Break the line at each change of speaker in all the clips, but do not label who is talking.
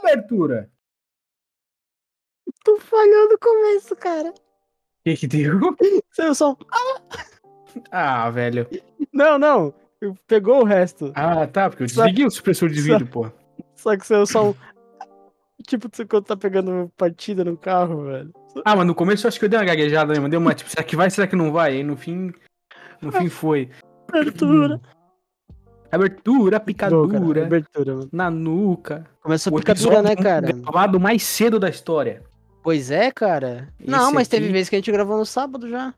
criatura.
Tu falhou no começo, cara.
O que que deu?
Seu som.
Ah, velho.
Não, não. Eu- Pegou o resto.
Ah, tá, porque eu
Só-
desliguei o supressor de vídeo, pô.
Só que seu som. Tipo, tu- quando tá pegando partida no carro, velho.
Ah, mas no começo eu acho que eu dei uma gaguejada, né? mano? Deu uma tipo, será que vai, será que não vai? E no fim, no fim foi.
Abertura.
Abertura,
Não, cara,
picadura,
Abertura, mano.
na nuca.
Começou
O
picadura, né,
episódio é
cara?
Gravado mais cedo da história.
Pois é, cara. não,
Esse
mas teve
aqui-
vezes que a gente gravou no sábado já.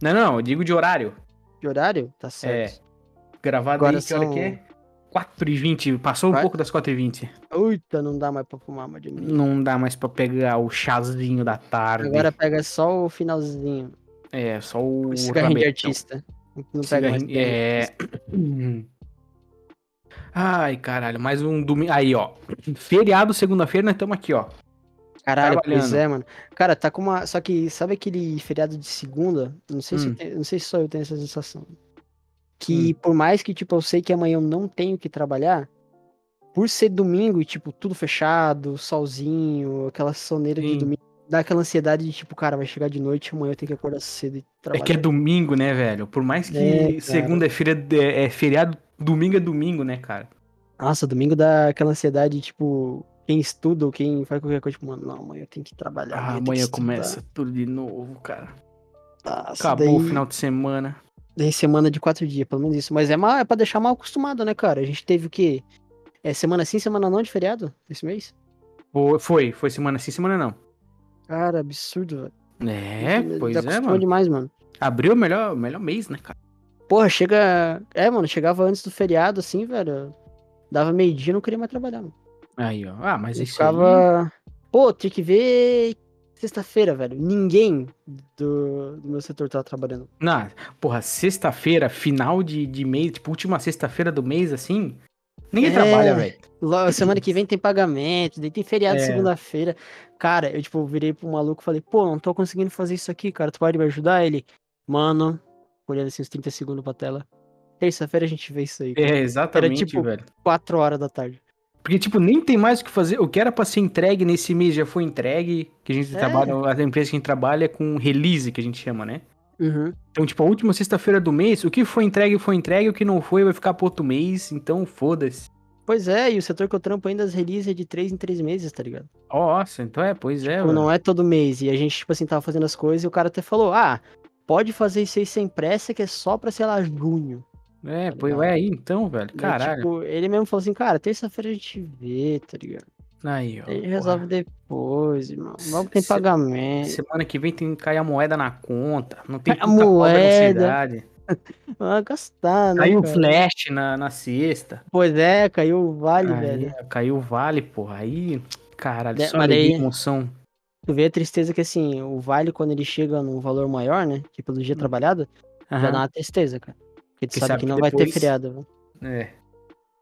Não, não, eu digo de horário.
De horário? Tá certo.
Gravado
Agora
aí, que hora
são-
que é? 4h20, passou um
Vai.
pouco das 4h20.
Uita, não dá mais pra fumar, mas de menino.
Não dá mais pra pegar o chazinho da tarde.
Agora pega só o finalzinho.
É, só o.
O cigarrinho de
rabetão.
artista. Não pega mais.
Cigarrinho- É. Ai, caralho, mais um domingo. Aí, ó. Feriado, segunda-feira, nós estamos aqui, ó.
Caralho, pois
trabalhando.
é, mano. Cara, tá com uma. Só que sabe aquele feriado de segunda? Não sei, se,
Hum.
tem- não sei se só eu tenho essa sensação. Que por mais que, tipo, eu sei que amanhã eu não tenho que trabalhar, por ser domingo e, tipo, tudo fechado, solzinho, aquela soneira de
Sim.
domingo, dá aquela ansiedade de, tipo, cara, vai chegar de noite, amanhã eu tenho que acordar cedo e
É
trabalhar.
que é domingo, né, velho? Por mais que
É, cara.
segunda-feira é, é feriado, domingo é domingo, né, cara?
Nossa, domingo dá aquela ansiedade, tipo, quem estuda ou quem faz qualquer coisa, tipo, mano, não, amanhã eu tenho que trabalhar.
Ah,
eu tenho que
amanhã
estudar.
começa tudo de novo, cara.
Nossa,
Acabou
daí-
o final de semana.
Tem semana de quatro dias, pelo menos isso. Mas é, mal, é pra deixar mal acostumado, né, cara? A gente teve o quê? É semana sim, semana não de feriado? Esse mês?
Foi- Foi, foi semana sim, semana não.
Cara, absurdo, velho.
É,
Ele
pois é,
acostumou
mano.
demais, mano.
Abril é o melhor, melhor mês, né, cara?
Porra, chega. É, mano, chegava antes do feriado, assim, velho. Dava meio-dia, não queria mais trabalhar, mano.
Aí, ó. Ah, mas
Eu
isso aí...
ficava. Pô, tinha que ver sexta-feira, velho. Ninguém do, do meu setor tava trabalhando.
Não, porra, sexta-feira, final de, de mês, tipo, última sexta-feira do mês, assim... Ninguém
É.
trabalha, velho.
Logo, semana que vem tem pagamento, daí tem feriado
É.
segunda-feira. Cara, eu tipo, virei pro maluco e falei, pô, não tô conseguindo fazer isso aqui, cara. Tu pode me ajudar? Ele, mano, olhando assim uns 30 segundos pra tela. Terça-feira a gente vê isso aí.
É, exatamente,
tipo-
velho.
4 horas da tarde.
Porque, tipo, nem tem mais o que fazer. O que era pra ser entregue nesse mês já foi entregue. Que a gente
É.
trabalha, a empresa que a gente trabalha é com release, que a gente chama, né?
Uhum.
Então, tipo, a última sexta-feira do mês, o que foi entregue foi entregue, o que não foi vai ficar pro outro mês, então foda-se.
Pois é, e o setor que eu trampo ainda as releases é de 3 em 3 meses, tá ligado?
Nossa, então é, pois é.
Tipo,
mano.
não é todo mês. E a gente, tipo assim, tava fazendo as coisas e o cara até falou, ah, pode fazer isso aí sem pressa, que é só pra, sei lá, junho.
É,
tá
pois
ligado?
é aí então, velho.
Daí,
Caralho.
tipo, ele mesmo falou assim, cara, terça-feira a gente vê, tá ligado?
Aí, ó.
Aí
porra.
resolve depois, irmão. Logo
Se-
tem
se-
pagamento.
Semana que vem tem que cair a moeda na conta. Não tem
Cai a
puta cobra na
moeda.
cidade.
Vai gastar, né?
Caiu o
cara?
flash na, na sexta.
Pois é, caiu o vale,
Aí,
velho.
Caiu o vale, porra. Aí, caralho,
De-
só
mas
alegria e
daí-
emoção.
Tu vê a tristeza que, assim, o vale, quando ele chega num valor maior, né? Que pelo dia trabalhado, já
Aham.
dá uma tristeza, cara. Porque tu
Porque
sabe,
sabe
que
que
não vai ter
depois-
feriado, velho.
É,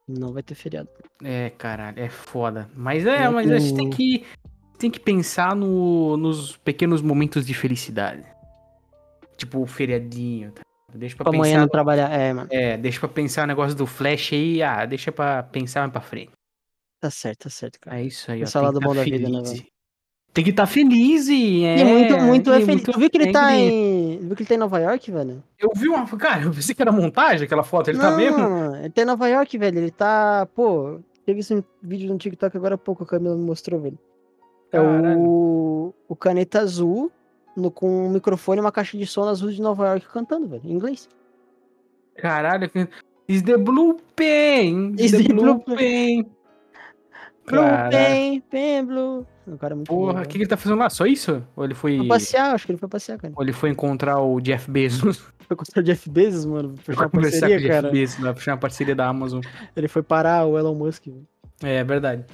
Não vai ter feriado.
é, caralho, é foda. Mas é,
Não
mas a gente tem
tem-
que, tem que pensar no, nos pequenos momentos de felicidade. Tipo, o feriadinho, tá? Deixa pra
Pra amanhã
pensar.
não trabalhar. É, mano.
É, deixa pra pensar o negócio do Flash aí. Ah, deixa pra pensar mais pra frente.
Tá certo, tá certo, cara.
É isso aí, ó.
Pensar lá do bom da vida, né, velho?
Tem que estar feliz, e é.
E muito, muito é
e
feliz.
muito
Tu viu que ele tá
alegre.
em. Viu que ele tá em Nova York, velho?
Eu vi uma. Cara, eu pensei que era montagem aquela foto. Ele tá mesmo?
mano, Ele tá em Nova York, velho. Ele tá. Pô, teve esse vídeo no TikTok agora há pouco, a Camila me mostrou, velho. É o, o caneta azul no- com um microfone e uma caixa de som azul de Nova York cantando, velho. Em inglês.
Caralho, que- is the blue pen, is, the, blue pen.
Blue
Caralho.
pen, pen blue. O cara é muito
Porra, o
bom,
que,
velho.
que ele tá fazendo lá? Só isso? Ou ele foi,
Foi passear, acho que ele foi passear, cara.
ou ele foi encontrar o Jeff Bezos?
Foi contra o Jeff Bezos, mano. Fechar
Pra
uma
conversar com o
parceria,
Jeff
cara.
Bezos, lá, puxar uma parceria da Amazon.
Ele foi parar o Elon Musk, velho.
É, é verdade.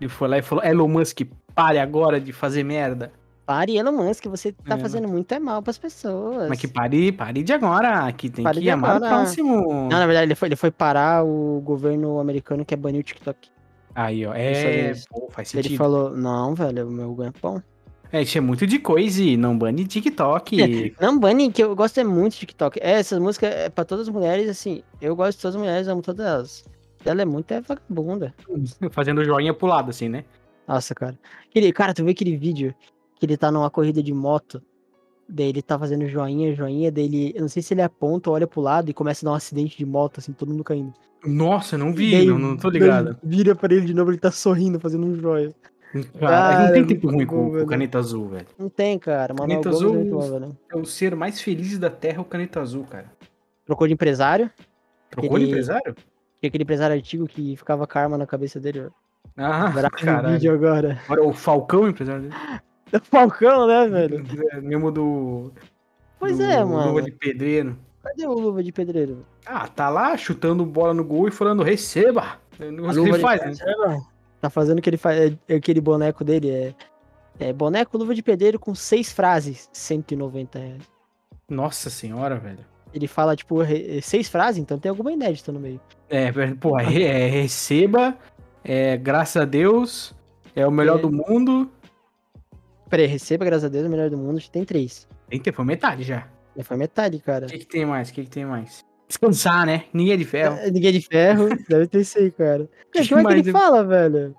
Ele foi lá e falou, Elon Musk, pare agora de fazer merda.
Pare, Elon Musk, você tá
É,
fazendo muito é mal pras pessoas.
Mas que pare, pare de agora, que tem
Pare
que
de
amar
agora.
o próximo.
Não, na verdade, ele foi, ele foi parar o governo americano que é banir o TikTok.
Aí, ó,
Isso
é,
aí.
pô, faz
Ele
sentido.
falou, não, velho, o meu ganha-pão.
É, isso é muito de coisa, e não bane TikTok.
Não, Bunny, que eu gosto é muito de TikTok. É, essa música é pra todas as mulheres, assim, eu gosto de todas as mulheres, amo todas elas. Ela é muito é vagabunda.
Fazendo joinha pro lado, assim, né?
Nossa, cara. Aquele, cara, tu viu aquele vídeo que ele tá numa corrida de moto, daí ele tá fazendo joinha, joinha, daí ele, eu não sei se ele aponta, olha pro lado e começa a dar um acidente de moto, assim, todo mundo caindo.
Nossa, não vi,
Daí-
não, não tô ligado.
daí Vira pra ele de novo, ele tá sorrindo, fazendo um joia.
Cara, não
Cara,
tem
é
tempo
muito
ruim
bom,
com, com
velho.
caneta azul, velho.
Não tem, cara. Manoel
Caneta
Gomes é
azul.
muito bom, velho.
É o ser mais feliz da Terra, o caneta azul, cara.
Trocou de empresário.
Trocou de
Ele-
empresário?
E aquele empresário antigo que ficava karma na cabeça dele. ó.
Ah,
Bravo no
caralho.
vídeo agora.
Agora o Falcão, é empresário dele.
Falcão, né, velho?
É, mesmo do.
Pois
do
é, mano.
Luva de pedreiro.
Cadê o luva de pedreiro?
Ah, tá lá chutando bola no gol e falando, receba! É o
A
negócio que
luva
ele
de
faz, né?
pedreiro, não. Tá fazendo o que ele faz, é- é aquele boneco dele. É, é boneco luva de pedreiro com seis frases, 190 reais.
Nossa senhora, velho.
Ele fala, tipo, re- seis frases, então tem alguma inédita no meio.
É, velho, pô, é, é, receba, é, graças a Deus, é o melhor
É.
do mundo.
Peraí, receba, graças a Deus, o melhor do mundo, tem três.
Tem tempo, metade já.
Já foi metade, cara.
O que, que tem mais? O que, que tem mais? Descansar, né? Ninguém é de ferro.
É, Ninguém de ferro, deve ter isso aí, cara.
Que
Cara, como é que
mais
ele
eu-
fala, velho?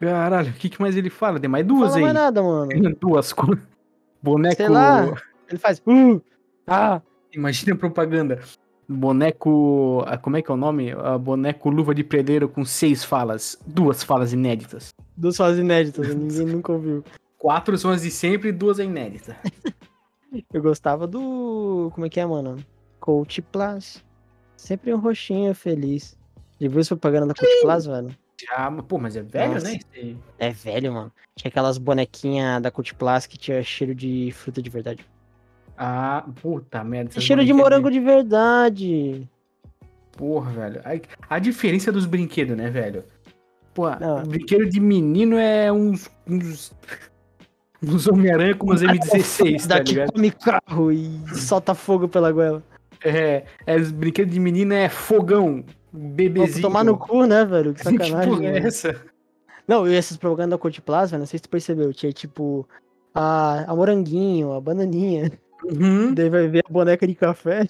Caralho, o que, que mais ele fala? Tem mais
Não
duas
fala mais
aí.
nada, mano.
Duas coisas. Boneco.
Sei lá. Ele faz. Uh, ah,
Imagina a propaganda. Boneco. ah, Como é que é o nome? Ah, boneco luva de pedreiro com seis falas. Duas falas inéditas.
duas falas inéditas, ninguém nunca ouviu.
Quatro são as de sempre e duas é inédita.
Eu gostava do. Como é que é, mano? Coach Plus. Sempre um roxinho feliz. Já viu essa propaganda da Coach Plus, velho?
Já, mas, pô, mas é velho,
Nossa.
né? Isso aí.
É velho, mano. Tinha aquelas bonequinhas da Coach Plus que tinha cheiro de fruta de verdade.
Ah, puta merda. essas
É cheiro de
bonequinhas
morango de verdade.
Porra, velho. A, a diferença dos brinquedos, né, velho? Pô,
Não.
brinquedo de menino é uns. uns... Uns Homem-Aranha com umas M16, tá
Ah, Daqui
ligado?
come carro e solta fogo pela goela.
É, é, os brinquedos de menino é fogão,
Pô,
bebezinho.
tomar no cu, né, velho? Que
Que
sacanagem. né?
porra é
mano.
essa?
Não, e essas propagandas da Coach Plus, velho, não sei se tu percebeu. Tinha tipo a, a moranguinho, a bananinha.
Uhum.
Daí vai ver a boneca de café.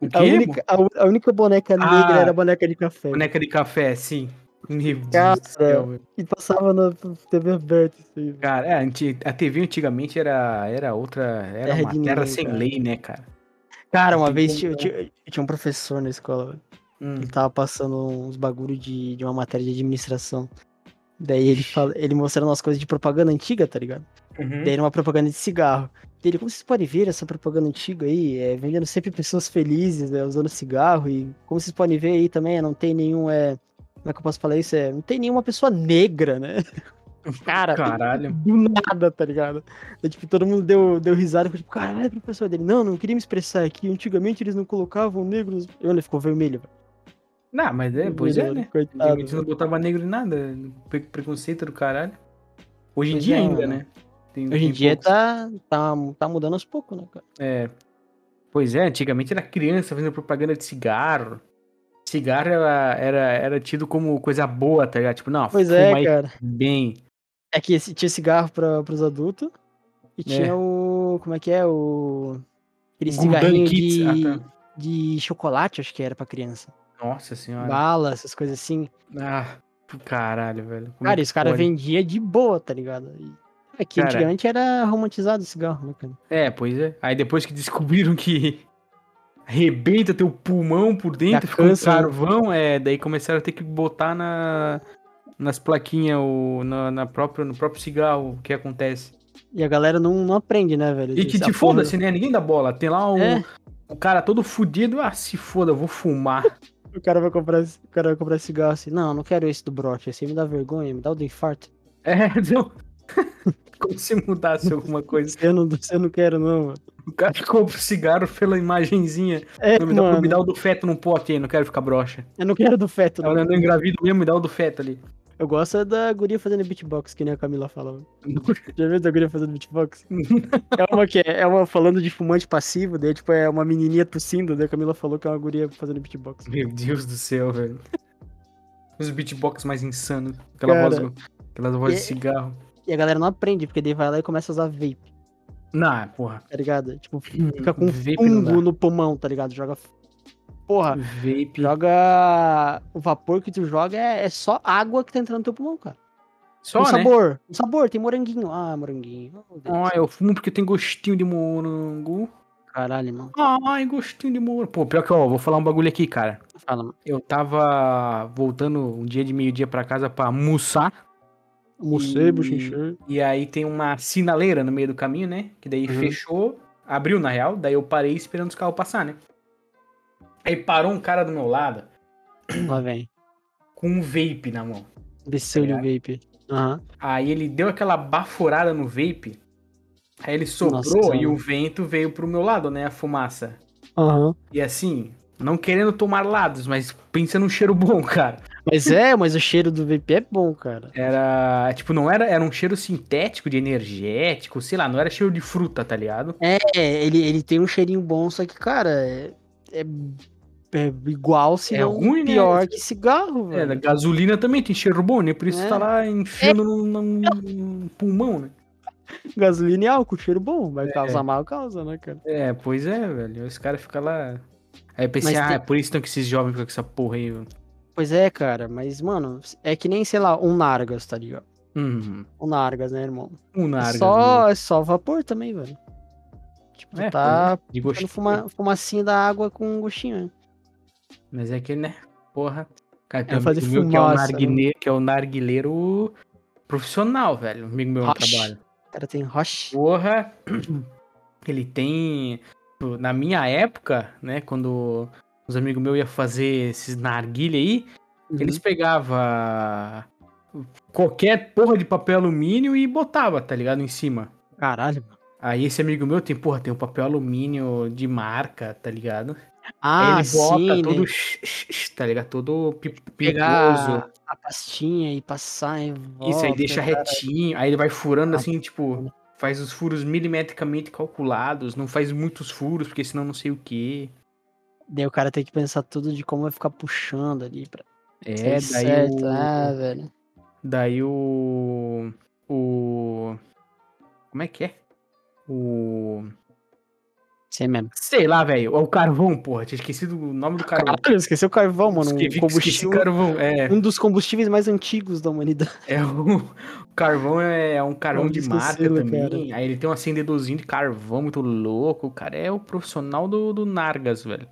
O quê?
A única, a u- a única boneca
Ah.
negra era a boneca de café.
Boneca de café, assim, sim. Meu Deus
Cara.
do céu, velho.
E passava na TV aberta. Assim. velho.
É, Cara, é, anti- a TV antigamente era, era outra. Era
Terra
uma
de
terra
ninguém,
sem
cara.
lei, né, cara?
Cara, uma
Tem
vez
como
tinha,
não.
tinha- tinha um professor na escola, velho.
Hum.
Ele tava passando uns bagulho de, de uma matéria de administração. Daí ele, fala, ele mostrando umas coisas de propaganda antiga, tá ligado?
Uhum.
Daí era uma propaganda de cigarro. Daí Ele, como vocês podem ver, essa propaganda antiga aí, é, vendendo sempre pessoas felizes, né, usando cigarro, e como vocês podem ver aí também, não tem nenhum, é, como é que eu posso falar isso? É, não tem nenhuma pessoa negra, né? Cara,
Caralho.
do nada, tá ligado? Daí, tipo, todo mundo deu, deu risada, ficou tipo, caralho, professor dele, não, não queria me expressar aqui, antigamente eles não colocavam negros... Ele ficou vermelho, velho.
Não, mas é, pois é,
Vermelho,
né?
Coitado,
Antigamente não botava negro em nada. pre- Preconceito do caralho. Hoje em
Pois
dia
é,
ainda,
mano.
né? Tem-
Hoje em
tem
dia
poucos-
tá, tá, tá mudando aos poucos, né, cara?
É. Pois é, antigamente era criança fazendo propaganda de cigarro. Cigarro era, era, era tido como coisa boa, tá ligado? Tipo, não,
Pois
fuma
é,
aí
cara.
bem.
É que esse- tinha cigarro pra, pros adultos. E tinha o. Como é que é? O. Aquele
Guldan
cigarrinho
Kids,
de,
ah,
de chocolate, acho que era pra criança.
Nossa senhora.
Bala, essas coisas assim.
Ah, pro caralho, velho. Como é
cara,
que
e os caras
pode?
vendiam de boa, tá ligado? E, é que
Cara.
antigamente era romantizado o cigarro, né, cara?
É, pois é. Aí depois que descobriram que arrebenta teu pulmão por dentro,
Dá
ficou um
câncer, né?
carvão, é, daí começaram a ter que botar na, nas plaquinhas, o, na, na própria, no próprio cigarro, o que acontece.
E a galera não, não aprende, né, velho?
E que
Essa
te
porra-
foda-se, né? Ninguém dá bola. Tem lá um,
É.
um cara todo fudido, ah, se foda, eu vou fumar.
O cara, vai comprar, o cara vai comprar cigarro assim. Não, eu não quero esse do brote. Esse aí me dá vergonha, me dá o do infarto.
É, não. Como se mudasse alguma coisa.
Eu não, eu não quero, não, mano.
O cara compra o cigarro pela imagenzinha.
É,
Não, me, dá, me É
mano,
dá o do feto num pote aí, não quero ficar broxa.
eu não quero do feto,
Eu
não.
não engravido mesmo, me dá o do feto ali.
Eu gosto é da guria fazendo beatbox, que nem a Camila fala. mano. Já viu da guria fazendo beatbox? é uma que é, é uma falando de fumante passivo, daí tipo é uma menininha tossindo, daí a Camila falou que é uma guria fazendo beatbox.
Meu Deus do céu, velho. Os beatbox mais insanos. Aquela
Cara.
voz, aquela voz de
E-
cigarro.
E a galera não aprende, porque daí vai lá e começa a usar vape,
Não, porra.
tá ligado? Tipo, fica com
Hum, Vape não dá.
fungo no pulmão, tá ligado? Joga Porra,
Vape.
joga o vapor que tu joga é, é só água que tá entrando no teu pulmão, cara.
Só,
um
né?
sabor, um sabor, tem moranguinho. Ah, moranguinho. Oh,
Ah,
delícia.
eu fumo porque tem gostinho de morango.
Caralho, mano.
Ai, gostinho de morango. Pô, pior que, ó, vou falar um bagulho aqui, cara.
Fala, mano.
Eu tava voltando um dia de meio-dia pra casa pra almoçar.
Almocei,
E-
bochechei.
E aí tem uma sinaleira no meio do caminho, né? Que daí
Uhum.
fechou, abriu na real. Daí eu parei esperando os carros passar, né? Aí parou um cara do meu lado
Lá vem.
com um vape na mão.
Desceu-lhe o vape. Aham.
Aí ele deu aquela baforada no vape. Aí ele soprou
Nossa,
e
mano.
o vento veio pro meu lado, né? A fumaça.
Aham.
E assim, não querendo tomar lados, mas pensa num cheiro bom, cara.
Mas é, mas o cheiro do vape é bom, cara.
Era, tipo, não era, era um cheiro sintético de energético, sei lá, não era cheiro de fruta, tá ligado?
É, ele, ele tem um cheirinho bom, só que, cara, é, é, é igual, se
É
não
ruim, né?
pior que cigarro,
É, da
velho.
gasolina também tem cheiro bom, né? Por isso
É.
tá lá enfiando num, num pulmão, né?
Gasolina e álcool, cheiro bom. Vai causar mal, causa, né, cara?
É, pois é, velho. Esse cara fica lá. Aí eu pensei,
Mas
ah,
tem-
é por isso então que esses jovens ficam com essa porra aí. ó.
Pois é, cara, mas, mano, é que nem, sei lá, um Nargas, tá ligado?
Hum,
Um Nargas, né, irmão?
um
É
narga.
só, é só vapor também, velho. Tipo,
É,
tá
De
ficando
gostinho.
fuma, fumacinha da água com gostinho, né?
Mas é que, né? Porra. Cara, tem
É
um
fazer
amigo meu que é, o
fumaça, né?
narguile- que é o narguileiro profissional, velho. Um amigo meu no
Roche.
trabalho.
O cara tem roche.
Porra. Ele tem. tipo, Na minha época, né? Quando os amigos meus iam fazer esses narguilha aí,
Uhum.
eles pegavam qualquer porra de papel alumínio e botava, tá ligado? Em cima.
Uhum. Caralho, mano.
Aí esse amigo meu tem, porra, tem um papel alumínio de marca, tá ligado? Aí
Ah,
ele bota
sim, né?
todo, sh- sh- sh, tá ligado? Todo pi- piloso.
pegar a pastinha e passar em volta.
Isso, aí deixa
cara.
retinho, aí ele vai furando
Ah,
assim, tipo, faz os furos milimetricamente calculados, não faz muitos furos, porque senão não sei o que.
Daí o cara tem que pensar tudo de como vai ficar puxando ali pra
É, daí
ser certo.
o.
Ah, velho.
Daí o. O. Como é que é? O.
Sei mesmo.
Sei lá, velho. é O carvão, porra. Tinha esquecido o nome do carvão.
Caralho, esqueceu o carvão, mano. Um,
esqueci, esqueci
combustível,
carvão. É,
um dos combustíveis mais antigos da humanidade.
É o, o carvão é, é um carvão
Nome
de marca
esquecido,
também. Aí ele tem um acendedorzinho de carvão muito louco. O cara é o profissional do, do Nargas, velho.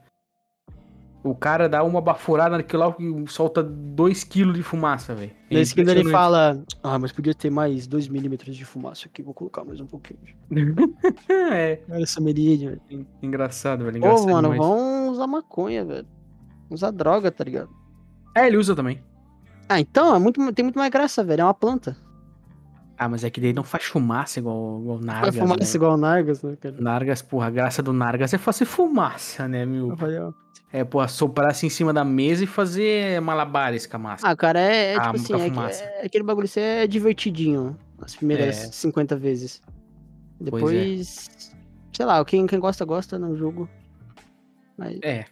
O cara dá uma baforada naquilo lá que solta 2kg de fumaça, velho. É
Nesse que ele
impressionante.
fala, ah, mas podia ter mais 2 milímetros de fumaça aqui, vou colocar mais um pouquinho.
é,
Olha essa meridia, velho.
en- engraçado, velho. Engraçado
Ô, mano,
demais.
vão usar maconha, velho. Usar droga, tá ligado?
É, ele usa também.
Ah, então, é muito, tem muito mais graça, velho. É uma planta.
Ah, mas é que daí não faz fumaça igual, igual
Vai
Nargas.
fumar
né?
igual ao Nargas, né, cara?
Nargas, porra, a graça do Nargas é fazer fumaça, né, meu?
Eu falei, ó.
É, porra, soprar-se em cima da mesa e fazer malabares com a massa.
Ah, cara, é, é
Ah,
tipo
muita
assim, é que-
fumaça.
é, aquele bagulho assim é divertidinho as primeiras 50 vezes.
Pois é.
Depois, sei lá, quem, quem gosta, gosta, não julgo. Mas
É.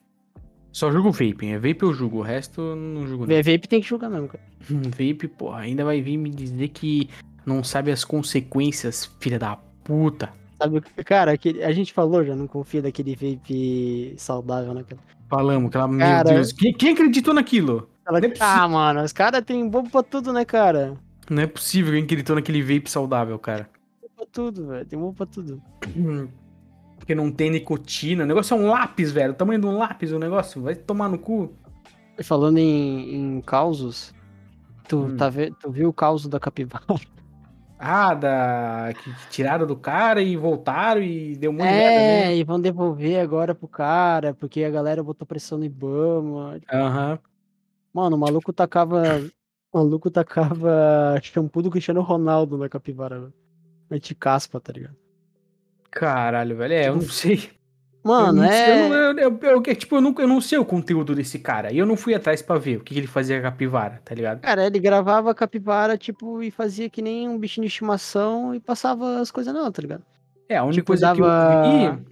Só julgo o vape. É vape eu julgo. O resto eu não julgo não.
é. vape tem que julgar mesmo, cara.
Hum, Vape, porra, ainda vai vir me dizer que não sabe as consequências, filha da puta.
Sabe, o que- cara, aquele, a gente falou já, não confia daquele vape saudável, né, cara?
Falamos, aquela, meu
Cara-
Deus, quem, quem acreditou naquilo?
Ela-
Não é possível.
ah, mano, os caras tem bobo pra tudo, né, cara?
Não é possível quem acreditou naquele vape saudável, cara.
Bobo pra tudo, velho, tem bobo pra tudo.
Hum, Porque não tem nicotina. O negócio é um lápis, velho. O tamanho de um lápis o negócio. Vai tomar no cu.
E falando em, em causos, tu,
Hum.
tá ve- tu viu o caos da capivara?
Ah, da... que que tiraram do cara e voltaram e deu um monte de merda, né?
É, e vão devolver agora pro cara, porque a galera botou pressão no Ibama.
Aham.
Mano, o maluco tacava. O maluco tacava shampoo do Cristiano Ronaldo na capivara, velho. Anticaspa, tá ligado?
Caralho, velho. É, eu
Tipo,
não sei.
Mano,
eu não sei,
é.
eu não- eu- eu- eu- é tipo, eu não, eu não sei o conteúdo desse cara. E eu não fui atrás pra ver o que, que ele fazia com a capivara, tá ligado?
Cara, ele gravava a capivara, tipo, e fazia que nem um bichinho de estimação e passava as coisas não, tá ligado?
É, a única
Tipo,
coisa que eu
dava-
vi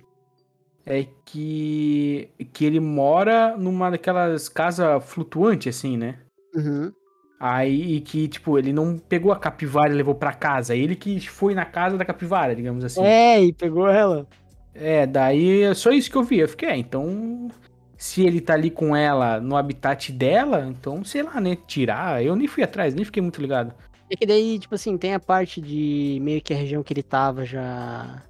é que, que ele mora numa daquelas casas flutuantes, assim, né?
Uhum.
Aí e que, tipo, ele não pegou a capivara e levou pra casa. Ele que foi na casa da capivara, digamos assim.
É, e pegou ela.
É, daí é só isso que eu vi. Eu fiquei, é, então. Se ele tá ali com ela no habitat dela, então, sei lá, né? Tirar. Eu nem fui atrás, nem fiquei muito ligado.
É que daí, tipo assim, tem a parte de meio que a região que ele tava já.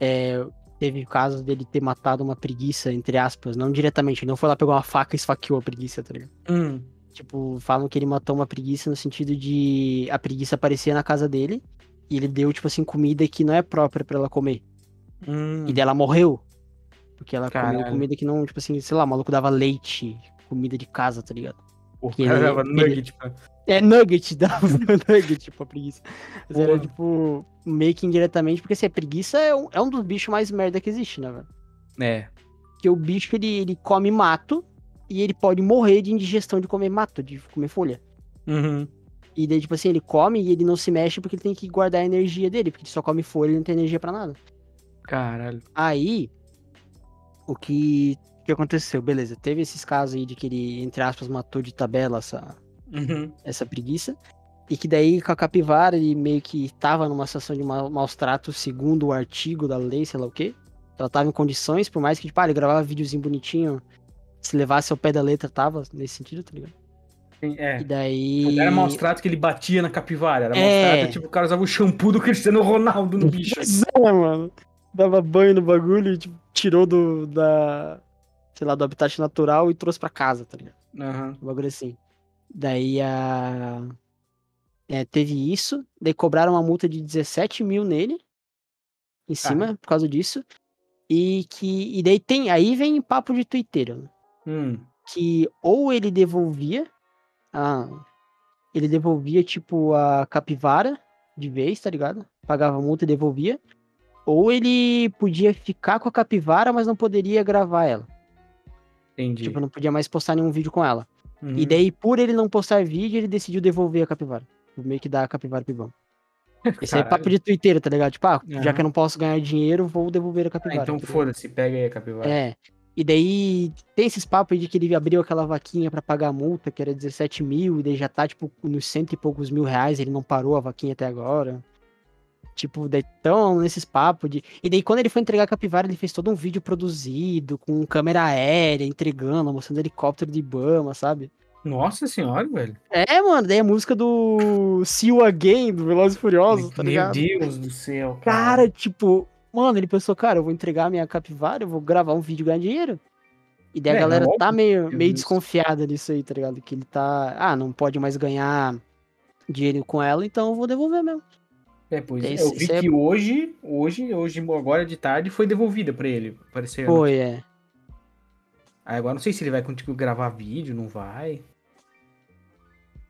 É, teve o caso dele ter matado uma preguiça, entre aspas, não diretamente, ele não foi lá pegar uma faca e esfaqueou a preguiça, tá ligado?
Hum.
Tipo, falam que ele matou uma preguiça no sentido de a preguiça aparecia na casa dele e ele deu, tipo assim, comida que não é própria pra ela comer.
Hum.
E daí ela morreu. Porque ela comeu
Caralho.
comida que não, tipo assim, sei lá, o maluco dava leite, comida de casa, tá ligado?
O
que
cara
ele-
dava
ele-
nugget, cara.
É nugget, dava nugget pra preguiça. Mas era,
Porra.
tipo, meio que indiretamente, porque assim, a preguiça é um, é um dos bichos mais merda que existe, né, velho?
É.
Porque o bicho, ele, ele come mato e ele pode morrer de indigestão de comer mato, de comer folha.
Uhum.
E daí, tipo assim, ele come e ele não se mexe porque ele tem que guardar a energia dele, porque ele só come folha e não tem energia pra nada.
Caralho.
Aí, o que, o que aconteceu? Beleza, teve esses casos aí de que ele, entre aspas, matou de tabela essa,
Uhum.
essa preguiça. E que daí com a capivara ele meio que tava numa situação de ma- maus tratos, segundo o artigo da lei, sei lá o quê. Ela tava em condições, por mais que, tipo, ah, ele gravava videozinho bonitinho, se levasse ao pé da letra, tava nesse sentido, tá ligado?
Sim, É.
E daí.
Era maus tratos que ele batia na capivara. Era maus
É.
tratos, tipo, o cara usava o shampoo do Cristiano Ronaldo no bicho. assim.
Pois é, mano. Dava banho no bagulho e, tipo, tirou do. da. sei lá, do habitat natural e trouxe pra casa, tá ligado?
Aham.
um bagulho assim. Daí a. é, teve isso, daí cobraram uma multa de 17 mil nele, em cima, por causa disso. E que. E daí tem. Aí vem papo de twitteiro, né?
Hum.
que ou ele devolvia. A, ele devolvia, tipo, a capivara de vez, tá ligado? Pagava a multa e devolvia. Ou ele podia ficar com a capivara, mas não poderia gravar ela.
Entendi.
Tipo, não podia mais postar nenhum vídeo com ela.
Uhum.
E daí, por ele não postar vídeo, ele decidiu devolver a capivara. Tipo, Meio que dar a capivara pro Ibama. Esse aí é
Caralho.
papo de Twitter, tá ligado? Tipo, ah, já
Aham.
que eu não posso ganhar dinheiro, vou devolver a
Ah,
capivara.
então
tá ligado?
foda-se, pega aí a capivara.
É. E daí, tem esses papos aí de que ele abriu aquela vaquinha pra pagar a multa, que era 17 mil, e daí já tá, tipo, nos cento e poucos mil reais, ele não parou a vaquinha até agora. Tipo, daí tão nesses papos de... E daí, quando ele foi entregar a capivara, ele fez todo um vídeo produzido, com câmera aérea, entregando, mostrando helicóptero de Ibama, sabe?
Nossa senhora, velho.
É, mano, daí a música do See You Again, do Velozes e Furiosos, tá
Meu
ligado?
Deus do céu, cara.
Cara, tipo, mano, ele pensou, cara, eu vou entregar minha capivara, eu vou gravar um vídeo e ganhar dinheiro. E daí a
É,
galera
óbvio
tá meio,
que
meio
isso.
desconfiada nisso aí, tá ligado? Que ele tá, ah, não pode mais ganhar dinheiro com ela, então eu vou devolver mesmo.
É, pois é.
esse-
Eu vi
esse é-
que hoje, hoje, hoje, agora de tarde, foi devolvida pra ele. né? Pareceu.
Foi, é.
Aí agora não sei se ele vai conseguir gravar vídeo, não vai.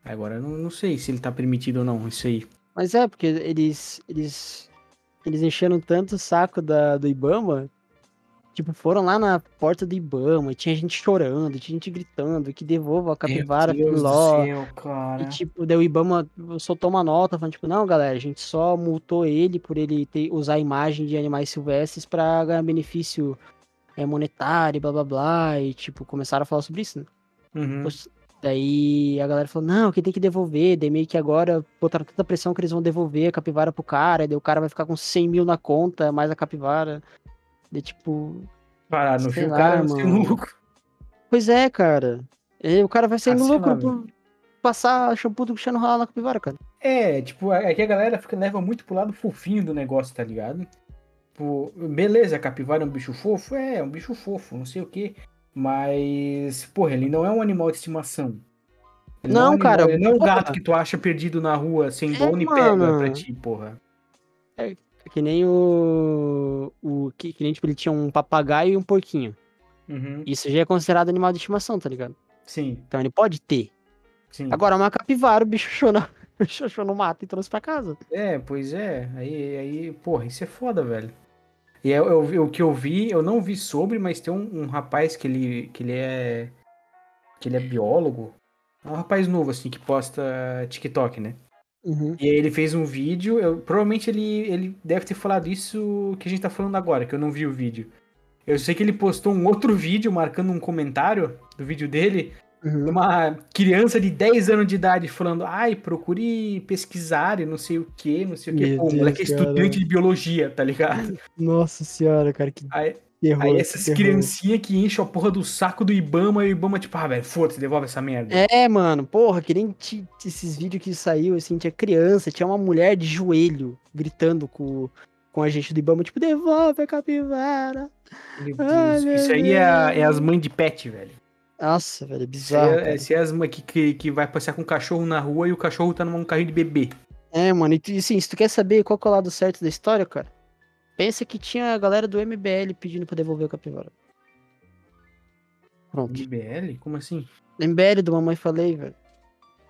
Agora eu não, não sei se ele tá permitido ou não, isso aí.
Mas é, porque eles, eles, eles encheram tanto o saco da, do Ibama, tipo, foram lá na porta do Ibama, e tinha gente chorando, tinha gente gritando, que devolva a capivara,
Meu Deus
filó,
do céu, né? cara.
E, tipo, daí o Ibama soltou uma nota falando, tipo, não, galera, a gente só multou ele por ele ter, usar a imagem de animais silvestres pra ganhar benefício é, monetário, e blá blá blá, e, tipo, começaram a falar sobre isso, né?
Uhum.
Os- Daí a galera falou, não, que tem que devolver, daí meio que agora botaram tanta pressão que eles vão devolver a capivara pro cara, daí o cara vai ficar com 100 mil na conta, mais a capivara. Daí, tipo,
Parar no
sei
fio, o
lá,
cara é não
mano.
no lucro.
pois é, cara. E o cara vai sair
Ah,
no
sei lá,
lucro
velho.
por passar shampoo do Cristiano Ronaldo na capivara, cara.
É, tipo, é que a galera fica, leva muito pro lado fofinho do negócio, tá ligado? Tipo, beleza, capivara é um bicho fofo? É, é um bicho fofo, não sei o quê. Mas, porra, ele não é um animal de estimação. Ele
Não,
é um
cara,
Ele não é um
porra.
gato que tu acha perdido na rua sem
É,
dono e pega
mano.
pra ti, porra.
é Que nem o. o que, que nem, tipo, ele tinha um papagaio e um porquinho.
Uhum.
Isso já é considerado animal de estimação, tá ligado?
Sim,
Então ele pode ter.
sim.
Agora, uma capivara, o bicho achou na- o bicho achou no mato e trouxe pra casa.
É, pois é. Aí, aí, porra, isso é foda, velho. E é, eu, eu vi- o que eu vi, eu não vi sobre, mas tem um, um rapaz que ele, que ele é. que ele é biólogo. É um rapaz novo, assim, que posta TikTok, né? E aí ele fez um vídeo, eu- provavelmente ele, ele deve ter falado isso que a gente tá falando agora, que eu não vi o vídeo. Eu sei que ele postou um outro vídeo marcando um comentário do vídeo dele,
Uhum.
Uma criança de 10 anos de idade falando, ai, procure pesquisar e não sei o que, não sei o que.
Meu
Pô, o moleque é
Deus, cara.
estudante de biologia, tá ligado?
Nossa senhora, cara, que
Aí,
terror.
aí
que
essas
terror.
criancinhas que enchem a porra do saco do Ibama e o Ibama, tipo, ah, velho, foda-se, devolve essa merda.
É, mano, porra, que nem ti- esses vídeos que saiu, assim, tinha criança, tinha uma mulher de joelho gritando com, com a gente do Ibama, tipo, devolve a capivara.
Meu
Ai,
Deus,
meu
isso aí é,
Deus.
é as mães de pet, velho.
Nossa, velho,
Isso
é
aí
bizarro.
é, isso aí é as mães que, que, que vai passear com o cachorro na rua e o cachorro tá num carrinho de bebê.
É, mano, e tu- e assim, se tu quer saber qual que é o lado certo da história, cara, pensa que tinha a galera do MBL pedindo pra devolver o capivara.
Hum.
Pronto.
MBL? Como assim?
MBL do Mamãe Falei, velho,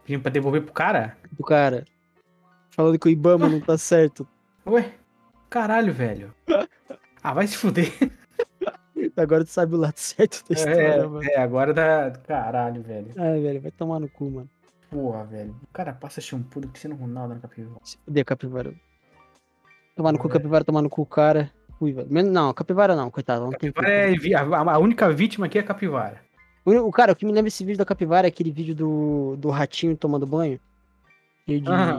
Pedindo pra devolver pro cara?
do cara. Falando que o Ibama não tá certo.
Ué? Caralho, velho. Ah, vai se fuder.
Agora tu sabe o lado certo da história, mano.
É, agora dá. Caralho, velho.
Ai, velho, vai tomar no cu, mano.
Porra, velho. O cara passa shampoo do Cristiano Ronaldo na capivara.
Se fuder, capivara. Tomar no cu,
É.
capivara, tomar no cu, cara. Ui, velho. Men- Não, capivara não, coitado. Não tem
Capivara é vi- a, a única vítima aqui é a capivara.
culpa. O, o cara, o que me lembra esse vídeo da capivara é aquele vídeo do, do ratinho tomando banho. Cheio de,
Ah.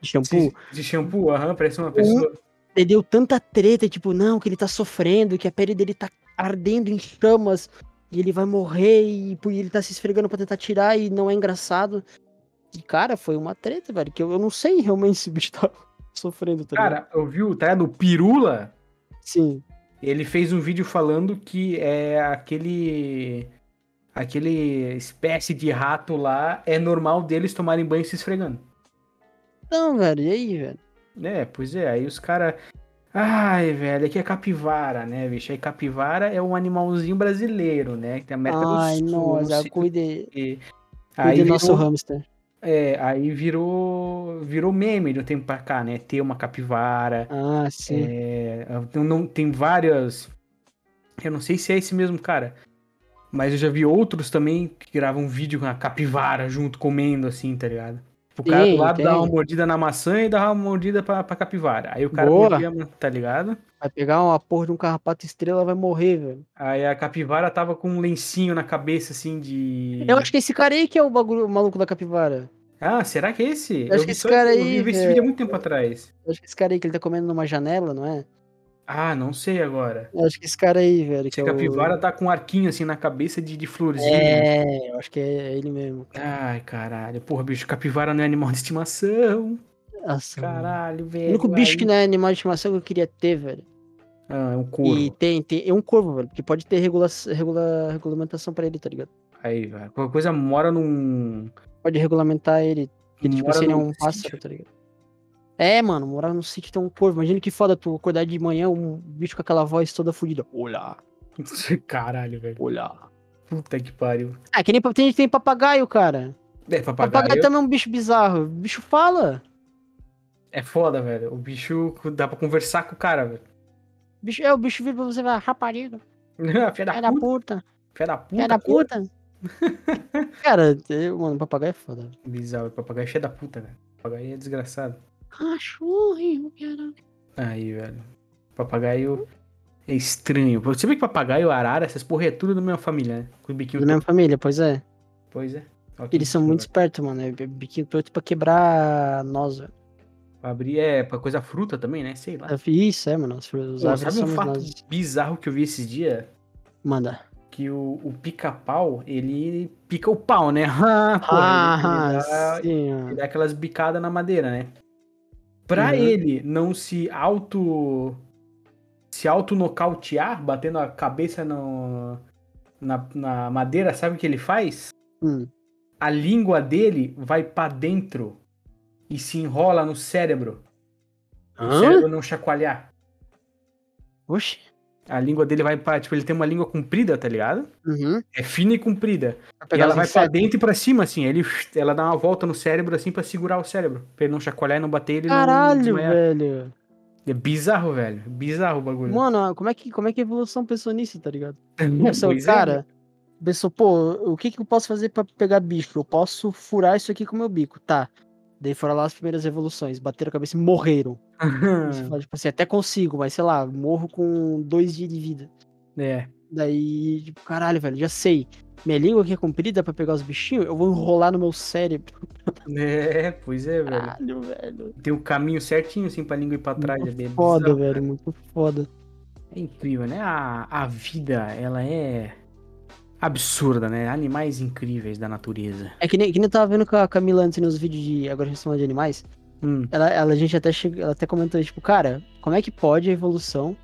de shampoo.
De, de shampoo, aham, parece uma pessoa.
Ele deu tanta treta, tipo, não, que ele tá sofrendo, que a pele dele tá ardendo em chamas e ele vai morrer e, pô, e ele tá se esfregando pra tentar tirar e não é engraçado. E, cara, foi uma treta, velho, que eu, eu não sei realmente se o bicho tá sofrendo, tá ligado?
Cara, eu vi o, tá ligado? O Pirula,
Sim.
Ele fez um vídeo falando que é aquele. Aquele espécie de rato lá é normal deles tomarem banho se esfregando.
Então, velho, e aí, velho?
É, pois é, aí os caras. Ai, velho, aqui é capivara, né, bicho? Aí capivara é um animalzinho brasileiro, né? Que tem América
Ai,
do Sul. não
nossa,
sei o
cuide,
quê. Aí
cuide
virou,
do nosso hamster.
é, aí virou, virou meme de um tempo pra cá, né? Ter uma capivara.
Ah, sim.
É, eu não, tem várias. Eu não sei se é esse mesmo cara. Mas eu já vi outros também que gravam vídeo com a capivara junto, comendo assim, tá ligado? Tipo, o cara
Tem,
do lado
tem.
dá uma mordida na maçã e dá uma mordida pra, pra capivara. Aí o cara
Boa.
mordia, tá ligado?
Vai pegar uma porra de um carrapato estrela, vai morrer, velho.
Aí a capivara tava com um lencinho na cabeça, assim, de.
Eu acho que esse cara aí que é o bagulho o maluco da capivara.
Ah, será que é esse?
acho
vi
que esse
só
cara
Eu vi
aí, é.
esse vídeo há muito tempo atrás.
Eu acho que esse cara aí que ele tá comendo numa janela, não é?
Ah, não sei agora.
Eu acho que esse cara aí, velho.
Esse
Que é o-
capivara tá com um arquinho assim na cabeça de, de florzinha.
É, eu acho que é ele mesmo.
Ai, caralho. Porra, bicho, capivara não é animal de estimação.
Nossa, mano.
Caralho,
O
velho.
único bicho
aí-
que não é animal de estimação que eu queria ter, velho.
Ah, é um corvo.
E tem, tem. É um corvo, velho. Porque pode ter regula... regula- regulamentação pra ele, tá ligado?
Aí, velho. Qualquer coisa mora num.
Pode regulamentar ele Que tipo
mora
assim, ele é
num
um
sítio.
pássaro, tá ligado? É, mano, morar no sítio tem um corvo. Imagina que foda tu acordar de manhã um bicho com aquela voz toda fodida. Olá,
Caralho, velho.
olá.
Puta que pariu.
Ah, que nem pa- tem, tem papagaio, cara.
É,
Papagaio,
papagaio.
também é um bicho bizarro. O bicho fala.
É foda, velho. O bicho dá pra conversar com o cara, velho.
O Bicho, é, o bicho vira pra você e fala, rapariga,
Fé
é
da
da
puta.
puta,
Fé da puta.
é da
corvo.
puta. cara, eu- mano, papagaio é foda.
Bizarro. Papagaio é fé da puta, velho. Papagaio é desgraçado.
Cachorro, cara.
Aí, velho. Papagaio é estranho. Você vê que papagaio, arara, essas porra é tudo da minha família, né? Com o biquinho.
Da mesma família, pois é.
Pois é. Ó, que
Eles são
bicho,
muito
velho.
espertos, mano. É biquinho torto pra quebrar nós, velho.
Pra abrir é pra coisa fruta também, né? Sei lá.
Isso, é, mano. Os
Pô,
árvores
sabe um
somos
fato
nós.
bizarro que eu vi esses dias?
Manda.
Que o, o pica-pau, ele pica o pau, né? Ah,
é
porra, ele- ele
Ah,
dá-
sim, ó.
ele dá aquelas bicadas na madeira, né? Pra
Uhum.
ele não se auto. se auto-nocautear, batendo a cabeça no, na, na madeira, sabe o que ele faz?
Hum.
A língua dele vai pra dentro e se enrola no cérebro. O
Hã?
cérebro não chacoalhar.
Oxi.
A língua dele vai pra. Tipo, ele tem uma língua comprida, tá ligado?
Uhum.
É fina e comprida.
Pra
E
pegar
ela
os
vai pra
insetos.
dentro e pra cima, assim. Ele, ela dá uma volta no cérebro, assim, pra segurar o cérebro. Pra ele não chacoalhar e não bater ele. não
Caralho,
desmaiar.
velho.
É bizarro, velho. Bizarro o bagulho.
Mano, como é que, como é que a evolução pensou nisso, tá ligado? Pensou,
Pois é,
cara, pensou, pô, o que que eu posso fazer pra pegar bicho? Eu posso furar isso aqui com o meu bico, tá. Daí foram lá as primeiras evoluções, bateram a cabeça e morreram.
Ah.
Você fala, tipo assim, até consigo, mas sei lá, morro com dois dias de vida.
é.
Daí, tipo, caralho, velho, já sei. minha língua que é comprida pra pegar os bichinhos, eu vou enrolar no meu cérebro.
É, pois é, velho.
Caralho, velho.
Tem o caminho certinho, assim, pra língua ir pra trás. é bem
Foda,
bizarro,
velho, muito foda.
É incrível, né? A, a vida, ela é absurda, né? Animais incríveis da natureza.
É que nem, que nem eu tava vendo com a Camila antes nos vídeos de. Agora a gente tá falando de animais.
Hum,
Ela, ela- a gente até chegou, ela até comentou, tipo, cara, como é que pode a evolução?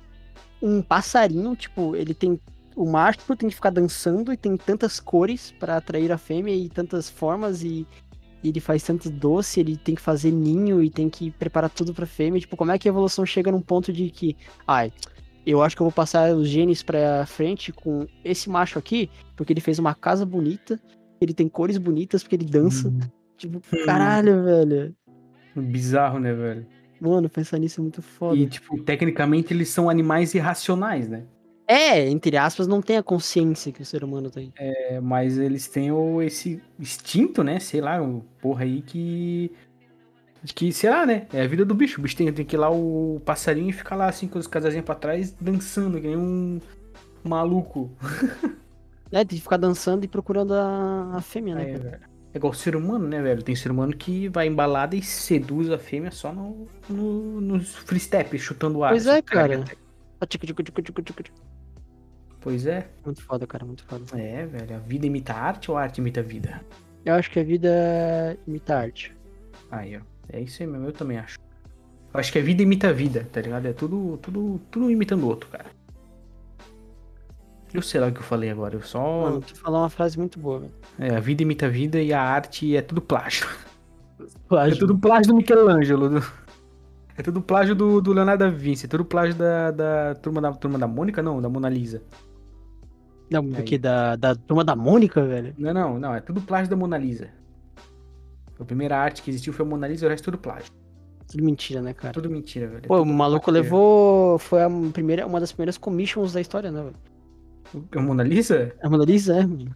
Um passarinho, tipo, ele tem. O macho tem que ficar dançando e tem tantas cores pra atrair a fêmea e tantas formas e, e ele faz tanto doce, ele tem que fazer ninho e tem que preparar tudo pra fêmea. Tipo, como é que a evolução chega num ponto de que, ai, eu acho que eu vou passar os genes pra frente com esse macho aqui, porque ele fez uma casa bonita, ele tem cores bonitas, porque ele
Uhum.
dança. Tipo, caralho, velho.
bizarro, né, velho?
Mano, pensar nisso é muito foda.
E, tipo, tecnicamente eles são animais irracionais, né?
É, entre aspas, não tem a consciência que o ser humano tem.
É, mas eles têm o, esse instinto, né? Sei lá, o porra aí que. Que, sei lá, né? É a vida do bicho. O bicho tem, tem que ir lá o passarinho e ficar lá assim com os casazinhos pra trás, dançando, que nem um maluco.
É, tem que ficar dançando e procurando a, a fêmea, né?
É,
cara?
velho. É igual ser humano, né, velho? Tem ser humano que vai embalada e seduz a fêmea só no, no, nos free step, chutando o ar.
Pois é,
assim,
cara.
até-
Ah, tchic, tchic, tchic, tchic, tchic, tchic.
Pois é.
Muito foda, cara, muito foda.
É, velho. A vida imita a arte ou a arte imita a vida?
Eu acho que a vida imita a arte.
Aí, ó. É isso aí mesmo, eu também acho. Eu acho que a vida imita a vida, tá ligado? É tudo, tudo, tudo imitando o outro, cara. Eu sei lá o que eu falei agora, eu só.
Mano, tu falou uma frase muito boa, velho.
É, a vida imita a vida e a arte é tudo plágio. É
Plágio.
tudo plágio do Michelangelo. do- É tudo plágio do, do Leonardo da Vinci. É tudo plágio da, da turma da turma da Mônica, não, da Mona Lisa.
Não, do que da, da turma da Mônica, velho.
Não, não, não. É tudo plágio da Mona Lisa. A primeira arte que existiu foi a Mona Lisa, o resto é tudo plágio.
Tudo mentira, né,
É
cara?
tudo mentira, velho. É
Pô, o
tudo
maluco
plágio.
levou. Foi a primeira, uma das primeiras commissions da história, né, velho?
A Mona Lisa?
A Mona Lisa, é, mano.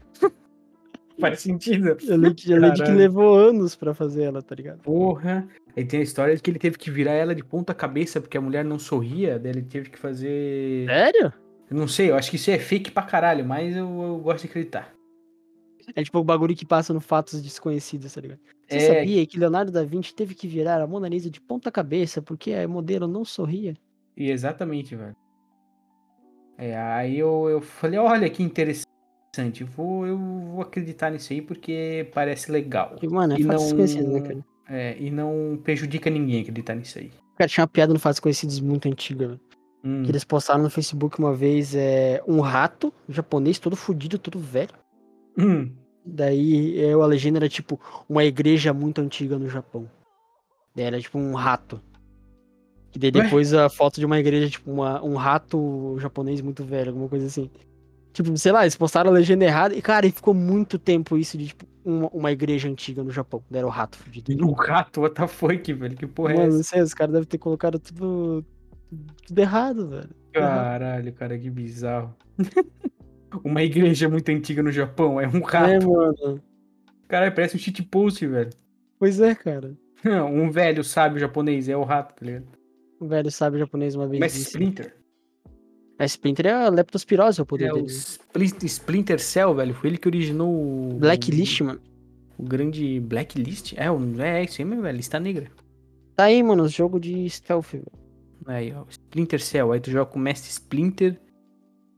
Faz sentido.
Eu lembro, de- eu lembro de que
Caralho.
levou anos pra fazer ela, tá ligado?
Porra. Aí tem a história de que ele teve que virar ela de ponta cabeça porque a mulher não sorria, daí ele teve que fazer.
Sério?
Eu não sei, eu acho que isso é fake pra caralho, mas eu, eu gosto de acreditar.
É tipo o bagulho que passa no fatos desconhecidos, tá ligado? Você
É.
sabia que Leonardo da Vinci teve que virar a Mona Lisa de ponta cabeça porque a modelo não sorria?
E exatamente, velho. É, aí eu, eu falei, olha que interessante, vou, eu vou acreditar nisso aí porque parece legal.
Porque, mano, é
E
fatos
não-
desconhecidos, né, cara?
É, e não prejudica ninguém acreditar nisso aí.
Cara, tinha uma piada no fatos desconhecidos muito antiga, velho.
Hum,
Que eles postaram no Facebook uma vez é, um rato japonês todo fudido, todo velho.
hum.
Daí eu, a legenda era tipo uma igreja muito antiga no Japão. Daí era tipo um rato. E daí
Ué?
depois a foto de uma igreja, tipo uma- um rato japonês muito velho, alguma coisa assim. Tipo, sei lá, eles postaram a legenda errada. E cara, e ficou muito tempo isso de tipo uma, uma igreja antiga no Japão. Daí era o rato fudido.
E o gato, what the fuck, velho? Que porra é
Mano,
essa?
não sei, os caras devem ter colocado tudo, tudo errado, velho.
Caralho, cara, que bizarro. Uma igreja muito antiga no Japão, é um
É,
rato.
mano.
Caralho, parece um cheat post, velho.
Pois é, cara.
Um velho sábio japonês, é o rato, tá ligado?
O velho sabe japonês uma vez.
Mas
disse.
Splinter.
A Splinter é a leptospirose, é o poder
É o
dele.
Splinter, Splinter Cell, velho. Foi ele que originou o.
Blacklist, mano.
O grande Blacklist? É, o- é isso aí mesmo, velho. Lista negra.
Tá aí, mano, jogo de stealth. velho.
Aí, ó. Splinter Cell. Aí tu joga com o Mestre Splinter.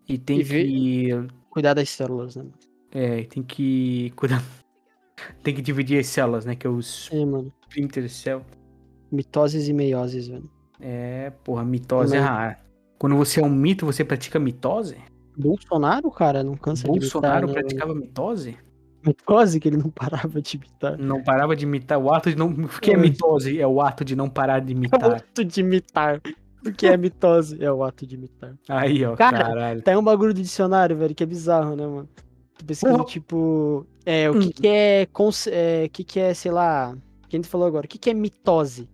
E tem
E vê-
que.
Cuidar das células, né? mano?
É, tem que. Cuidar. tem que dividir as células, né? Que é o
É, mano.
Splinter Cell.
Mitoses e meioses, velho.
É, porra, mitose é
Mas-
rara. Quando você é um mito, você pratica mitose?
Bolsonaro, cara, não cansa
Bolsonaro
de imitar, né, velho?
praticava mitose?
mitose que ele não parava de imitar.
Não parava de imitar. O ato de não. O que é
Oi.
mitose? É o ato de não parar de
É o
imitar.
ato de imitar. O que é mitose? É o ato de imitar.
Aí, ó,
Cara,
caralho.
Tá aí um bagulho do dicionário, velho, que é bizarro, né, mano? Tu pesquisa,
Porra.
tipo, é, o que, que é, cons- é, o que que é, sei lá, quem tu falou agora, o que que é mitose?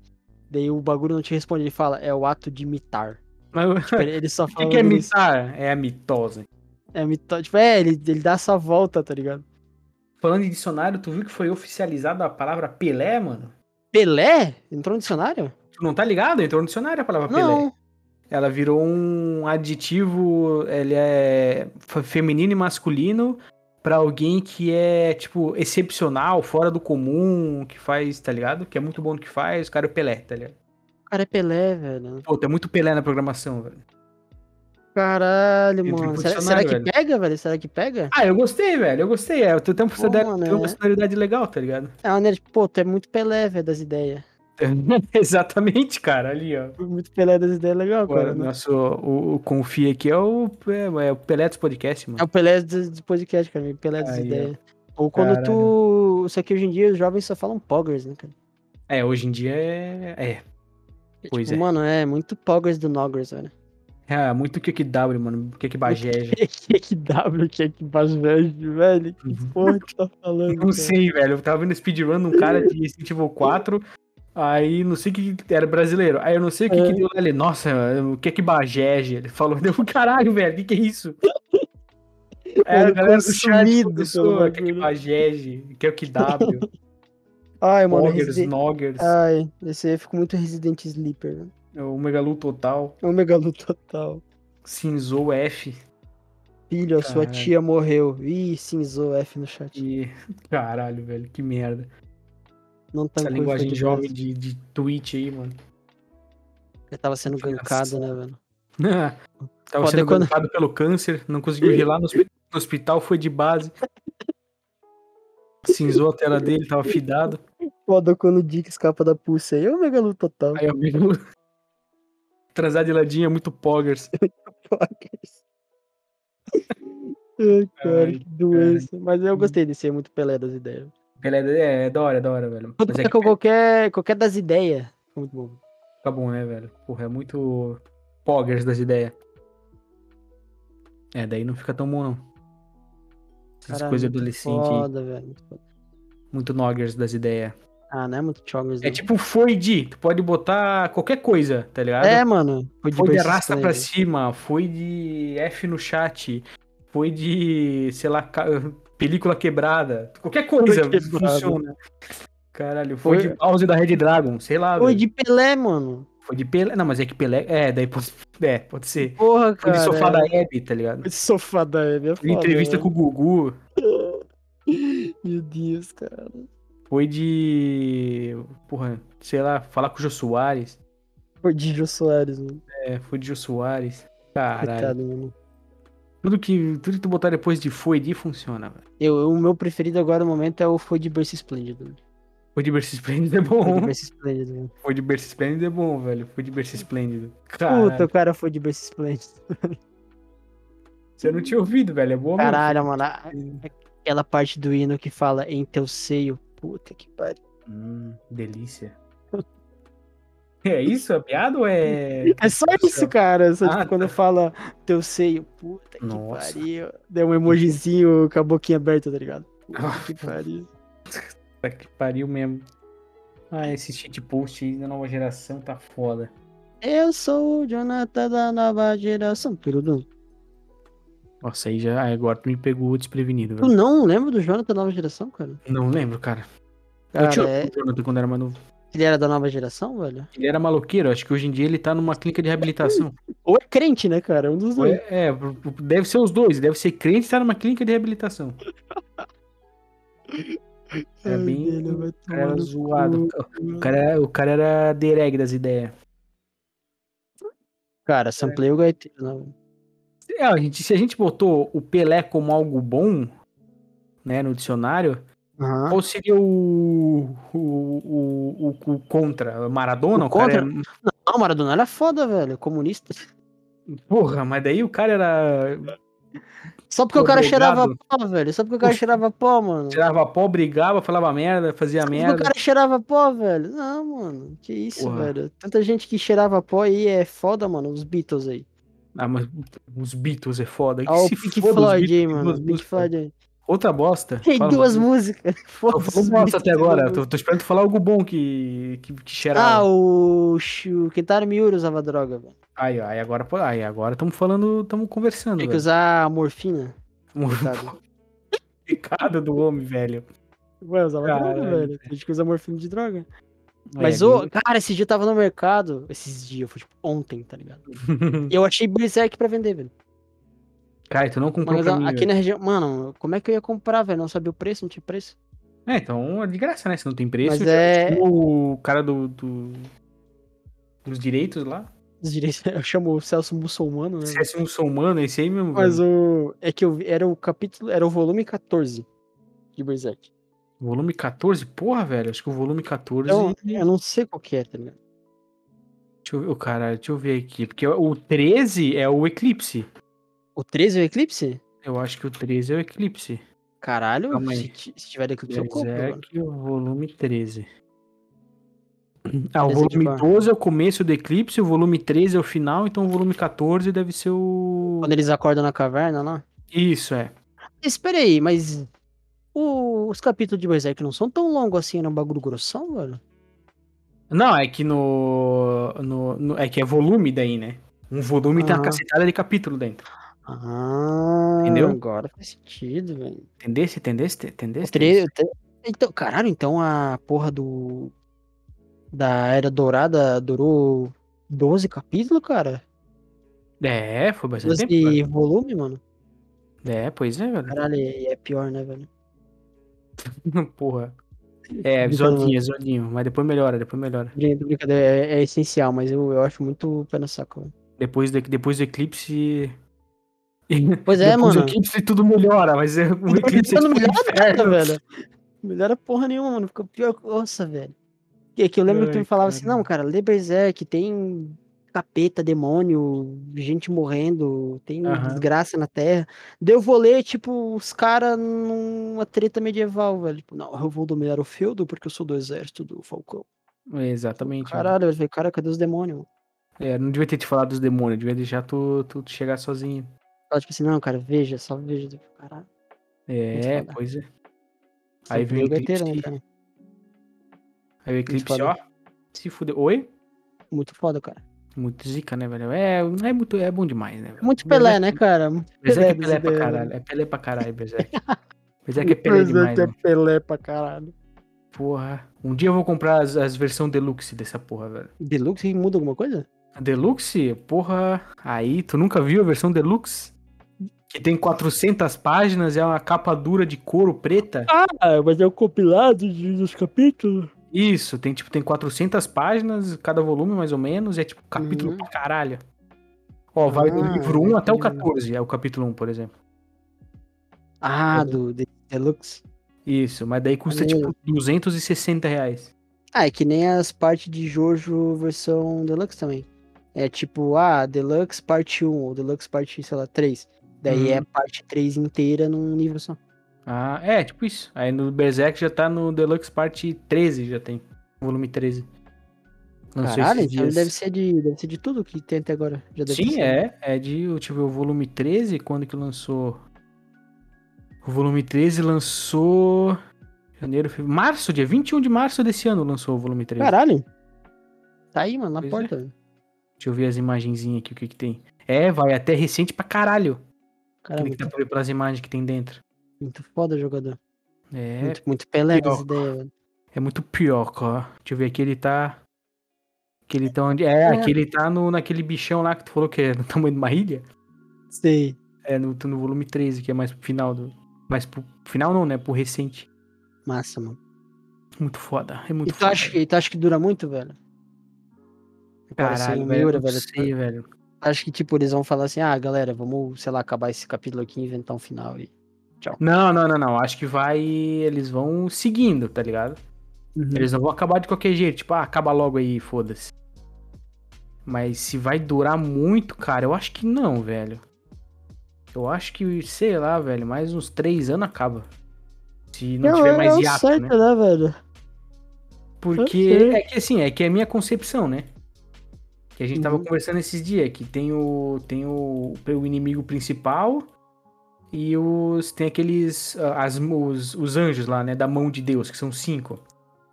Daí o bagulho não te responde, ele fala, é o ato de imitar.
Mas,
Tipo, ele só
o que,
fala
que é
isso.
mitar? É a mitose.
É mitose. Tipo, é, ele, ele dá essa volta, tá ligado?
Falando em dicionário, tu viu que foi oficializada a palavra Pelé, mano?
Pelé? Entrou no dicionário?
Tu não tá ligado? Entrou no dicionário a palavra Pelé.
Não.
Ela virou um adjetivo, ele é fe- feminino e masculino, pra alguém que é, tipo, excepcional, fora do comum, que faz, tá ligado? Que é muito bom no que faz, o cara é o Pelé, tá ligado?
O cara é Pelé, velho.
Pô, tem muito Pelé na programação, velho.
Caralho,
Filtro
mano. Será,
funcionário,
será que
velho.
pega, velho? Será que pega?
Ah, eu gostei, velho, eu gostei. É, tu tem uma
mano,
personalidade, tem uma
é.
personalidade legal, tá ligado?
É uma nerd. Pô, tu é muito Pelé, velho, das ideias.
Exatamente, cara, ali, ó.
Muito Pelé das ideias, legal,
Pô,
cara. né?
nosso, o, o Confia aqui é o, é, é o Pelé dos Podcast, mano.
É o Pelé do, do podcast, cara. Pelé das
Aí, ó.
ideias. Ou quando tu. Isso aqui hoje em dia os jovens só falam poggers, né, cara?
É, hoje em dia é. É.
É
Pois
tipo,
é.
Mano, é muito poggers do Noggers, velho.
É, muito QQW, mano. QQBagé.
Que que que W, que é que basvege, velho? Que porra que tu tá falando?
Não sei, velho. Eu tava vendo speedrun de um cara de Resident Evil 4. Aí não sei o que que- era brasileiro. Aí eu não sei o que,
É.
que deu nele. Nossa, o que que bagege? Ele falou, deu caralho, velho. O que, que é isso? É, a galera do chat
consumido pelo
começou, que que
bagulho.
bagege, que é o que W,
Ai, mano,
Poggers,
Resident... Ah.
Noggers, é
Ai, esse aí eu fico muito Resident Sleeper, velho.
o Megalu Total,
É um megalu total.
Cinzou F
Filho, a sua
Caralho.
tia morreu. Ih, cinzou F no chat.
e... Caralho, velho, que merda.
Não tá
Essa linguagem jovem de, de Twitch aí, mano.
Eu tava sendo gankado, né, velho?
Tava
Foda
sendo
quando-
quando... pelo câncer, não conseguiu ir lá no, hospi- no hospital, foi de base. Cinzou a tela dele, tava fidado.
Foda quando o Dick escapa da pulsa aí. É um megalu total.
Aí o amigo. Transar de ladinho é muito poggers.
Fuckers. Ai, cara,
Ai,
que doença. Mas eu gostei de ser muito Pelé das ideias.
Ele é, é, é da hora, é da hora, velho.
Quando
Mas
tá
é que
com qualquer, qualquer das ideias. Fica Muito bom.
fica bom, né, velho? Porra, é muito poggers das ideias. É, daí não fica tão bom, não. Essas
Caralho,
coisas
muito
adolescentes aí.
Foda, velho. muito foda.
Muito noggers das ideias.
Ah, não é muito Choggers,
É tipo foi de, tu pode botar qualquer coisa, tá ligado?
É, mano. Foi
Foi de
versus
arrasta pra
player.
cima, foi de F no chat, foi de, sei lá, ca- película quebrada, qualquer coisa
Película quebrada.
funciona. Caralho, foi,
Foi-
de pause da Red Dragon, sei lá,
Foi
velho.
de Pelé, mano.
foi de Pelé, não, mas é que Pelé, é, daí pode, é, pode ser.
Porra,
Foi
cara.
de sofá
é.
da Hebe, tá ligado?
Foi de sofá da Hebe. é
Foi
foda,
de entrevista
velho.
com o Gugu,
Meu Deus, cara.
foi de, porra, sei lá, falar com o Jô Soares,
Foi de Jô Soares, mano.
é, foi de Jô Soares, caralho.
Coitado, mano.
Tudo que, tudo que tu botar depois de foi de funciona, velho.
Eu, eu- o meu preferido agora no momento é o Foi de Burst Splendid. né?
Foi de Versus Splendid é
Foi de
bom.
Burst Splendid. né?
Foi de Berço Esplêndido é bom, velho. Foi de Berço Esplêndido.
Puta,
Cara,
o cara foi de Burst Splendid.
você não tinha ouvido, velho. É boa mesmo.
Caralho, mano. a- Aquela parte do hino que fala em teu seio. Puta que pariu.
Hum, delícia. É isso? É piada ou é.
É só isso, cara. Só,
Ah,
tipo,
tá.
quando fala teu seio. Puta que
Nossa.
pariu. Deu um emojizinho com a boquinha aberta, tá ligado?
Ah,
Puta que pariu.
Puta que pariu mesmo. Ah, esse shit post aí da nova geração tá foda.
Eu sou o Jonathan da nova geração. Turudum.
Nossa, aí já. ah, Agora tu me pegou desprevenido,
Tu
velho.
não lembra do Jonathan da nova geração, cara?
Não lembro, cara.
Cara,
eu tinha
é-
o Jonathan quando era mais novo.
ele era da nova geração, velho?
Ele era maloqueiro, acho que hoje em dia ele tá numa clínica de reabilitação.
Ou é crente, né, cara? Um dos dois.
É, é, deve ser os dois. Deve ser crente e tá numa clínica de reabilitação. É
Ai,
bem- é
velho, vai
O cara
tomar
era
no
zoado. O cara, o cara era dereg das ideias.
Cara, samplei o gaiteiro, né? velho?
É, a gente, se a gente botou o Pelé como algo bom, né, no dicionário,
Aham.
qual seria o, o, o, o- o contra? Maradona?
O
O cara era-
Não, Maradona era foda, velho. Comunista.
Porra, mas daí o cara era...
Só porque o cara
Obrigado.
cheirava pó, velho. Só porque o cara
Uf.
cheirava pó, mano. Só
tirava pó, brigava, falava merda, fazia
porque o
merda.
cara cheirava pó, velho. Não, mano. Que isso,
Porra.
velho. Tanta gente que cheirava pó aí é foda, mano. Os Beatles aí.
Ah, mas os Beatles é foda.
Ó, Ah, o
se
Pink
foda os
Floyd
Beatles,
aí,
tem
mano.
duas
Pink
músicas.
Floyd aí.
Outra bosta.
Tem
Fala,
duas
mano.
músicas.
Tô
Foda-se os
falando bosta
Beatles,
até
tem duas
agora.
músicas.
Tô, tô esperando tu falar algo bom que, que, que cheirava.
Ah, o... Sh- o Kentaro Miura usava droga, velho.
Aí, ó, aí agora, pô, aí agora estamos falando, estamos conversando.
Tinha É que
velho.
usar morfina. tá
Um
Sabe?
pecado do homem, velho.
Ué, usava droga,
Caralho,
velho. Tinha que usar morfina de droga.
Aí, é
Mas,
aí-
ô, cara, esse dia eu tava no mercado. Esses dias, foi tipo ontem, tá ligado? E eu achei Berserk pra vender, velho.
Cara, tu não comprou
Mas
pra mim,
aqui na região. Mano, como é que eu ia comprar, velho? Não sabia o preço, não tinha preço.
É, então é de graça, né? Se não tem preço,
Mas é-
tipo o cara do, do- dos direitos lá.
Os direitos- Eu chamo o Celso muçulmano, né?
Se é um muçulmano, é esse aí mesmo.
Mas
velho.
o. É que eu vi- era o capítulo. Era o volume 14 de Berserk.
Volume 14? Porra, velho. Acho que o volume 14.
Então, eu não sei qual que é, tá ligado?
Deixa eu ver, cara, deixa eu ver aqui. Porque o 13 é o Eclipse.
O 13 é o Eclipse?
Eu acho que o 13 é o Eclipse.
Caralho,
Calma aí.
se, ti- se tiver Eclipse, eu compro, mano.
Berserk, é, o volume 13. Ah, o
13 de
volume
barra.
12 é o começo do Eclipse, o volume 13 é o final, então o volume 14 deve ser o.
Quando eles acordam na caverna lá.
Isso, é.
Espera aí, mas. o- Os capítulos de Berserk não são tão longos assim, era um bagulho grossão, velho?
Não, é que no, no, no- É que é volume daí, né? Um volume tem uma
Ah.
cacetada de capítulo dentro.
Ah,
Entendeu?
Agora faz sentido, velho.
Entendesse? Entendesse?
O
Entendesse?
tre- o tre- Então, caralho, então a porra do. Da Era Dourada durou 12 capítulos, cara?
É, foi bastante
12
tempo. velho.
volume, mano?
É, pois é, velho.
Caralho, e é pior, né, velho?
Porra. É, zoadinho, é zoadinho. Mas depois melhora, depois melhora.
Brin- Brincadeira, é, é essencial, mas eu, eu acho muito pé no saco. velho.
Depois do, depois do eclipse.
Pois
depois
é, mano. Então, tá
do eclipse tudo melhora, mas é, o
Não
eclipse é
melhora
tipo um
nada,
inferno.
velho. Melhora porra nenhuma, mano. Ficou pior. Nossa, velho. Que, que eu lembro que tu
Ai,
me falava assim,
cara.
não, cara, lê Berserk, tem capeta, demônio, gente morrendo, tem
Aham.
desgraça na terra. Daí eu vou ler, tipo, os caras numa treta medieval, velho. Tipo, não, eu vou dominar o feudo porque eu sou do exército do Falcão.
É, Exatamente. mano.
Caralho, velho, cara, cadê os demônios?
É, não devia ter te falado dos demônios, devia deixar tu, tu chegar sozinho.
Ela, tipo assim, não, cara, veja, só veja. Tipo, Caralho.
É,
foda.
pois é.
esse
Aí vem o
jogo é
eclipse.
terão, cara.
Aí o eclipse,
foda.
ó. Se fudeu. Oi?
Muito foda, cara.
Muito zica, né, velho? É, é, muito, é bom demais, né? velho?
Muito Pelé, né, cara? Muito
Berserk é
dessa
Pelé pra
ideia, né?
caralho. É Pelé pra caralho, Berserk. Berserk é Pelé demais, né?
Pelé pra caralho.
Porra. Um dia eu vou comprar as, as versão deluxe dessa porra, velho.
Deluxe muda alguma coisa?
A Deluxe? Porra. Aí, tu nunca viu a versão deluxe? Que tem 400 páginas, é uma capa dura de couro preta.
Ah, mas é o compilado de- dos capítulos.
Isso, tem tipo, tem 400 páginas, cada volume mais ou menos, e é tipo capítulo
Uhum.
pra caralho. Ó, vai do
Ah,
livro 1 até o
entendi.
14, é o capítulo 1, por exemplo. É.
Ah, do de- Deluxe.
Isso, mas daí custa
Maneiro.
tipo 260 reais.
Ah, é que nem as partes de Jojo versão Deluxe também. É tipo, ah, Deluxe parte 1, ou Deluxe parte, sei lá, 3. Daí
Hum.
é a parte 3 inteira num livro só.
Ah, é, tipo isso. Aí no Berserk já tá no Deluxe Parte 13, já tem. Volume 13. Lançou
Caralho,
esses
então
dias.
deve ser, de, deve ser de tudo que tem até agora. Já deve
Sim,
ser.
é. É de. Deixa eu ver, o volume 13, quando que lançou? O volume 13 lançou. Janeiro, fevereiro. Março, dia 21 de março desse ano lançou o volume 13.
Caralho. Tá aí, mano, na
Pois é.
porta.
Deixa eu ver as imagenzinhas aqui, o que que tem. É, vai até recente pra caralho.
Cara,
Tem que
É muito,
dá pra ver pelas imagens que tem dentro.
muito foda jogador.
É,
Muito, muito Pelé
Pior.
essa ideia, velho.
É muito pioca, ó. Deixa eu ver aqui, ele tá. Que ele tá onde. É,
É.
aqui ele tá no, naquele bichão lá que tu falou que é no tamanho de uma ilha.
Sei.
É, no, no volume 13, que é mais pro final do. Mais pro. Final não, né? Pro recente.
Massa, mano.
Muito foda. É muito
E tu,
foda.
acha que, tu acha que dura muito, velho? Tipo,
Caralho,
o
velho.
Miura,
Eu não
velho?
sei, velho.
Acho que, tipo, eles vão falar assim, ah, galera, vamos, sei lá, acabar esse capítulo aqui e inventar um final. E...
Não, não, não, não. Acho que vai. Eles vão seguindo, tá ligado? Eles não vão acabar de qualquer jeito. Tipo, ah, acaba logo aí, foda-se. Mas se vai durar muito, cara, eu acho que não, velho. Eu acho que, sei lá, velho, mais uns três anos acaba. Se não,
é
tiver mais hiato, né?
velho?
Porque
sei.
é que assim, é que é a minha concepção, né? Que a gente tava
Uhum.
conversando esses dias, é que tem o. Tem o, o inimigo principal e os. Tem aqueles. ah, As, os, os anjos lá, né? Da mão de Deus, que são cinco.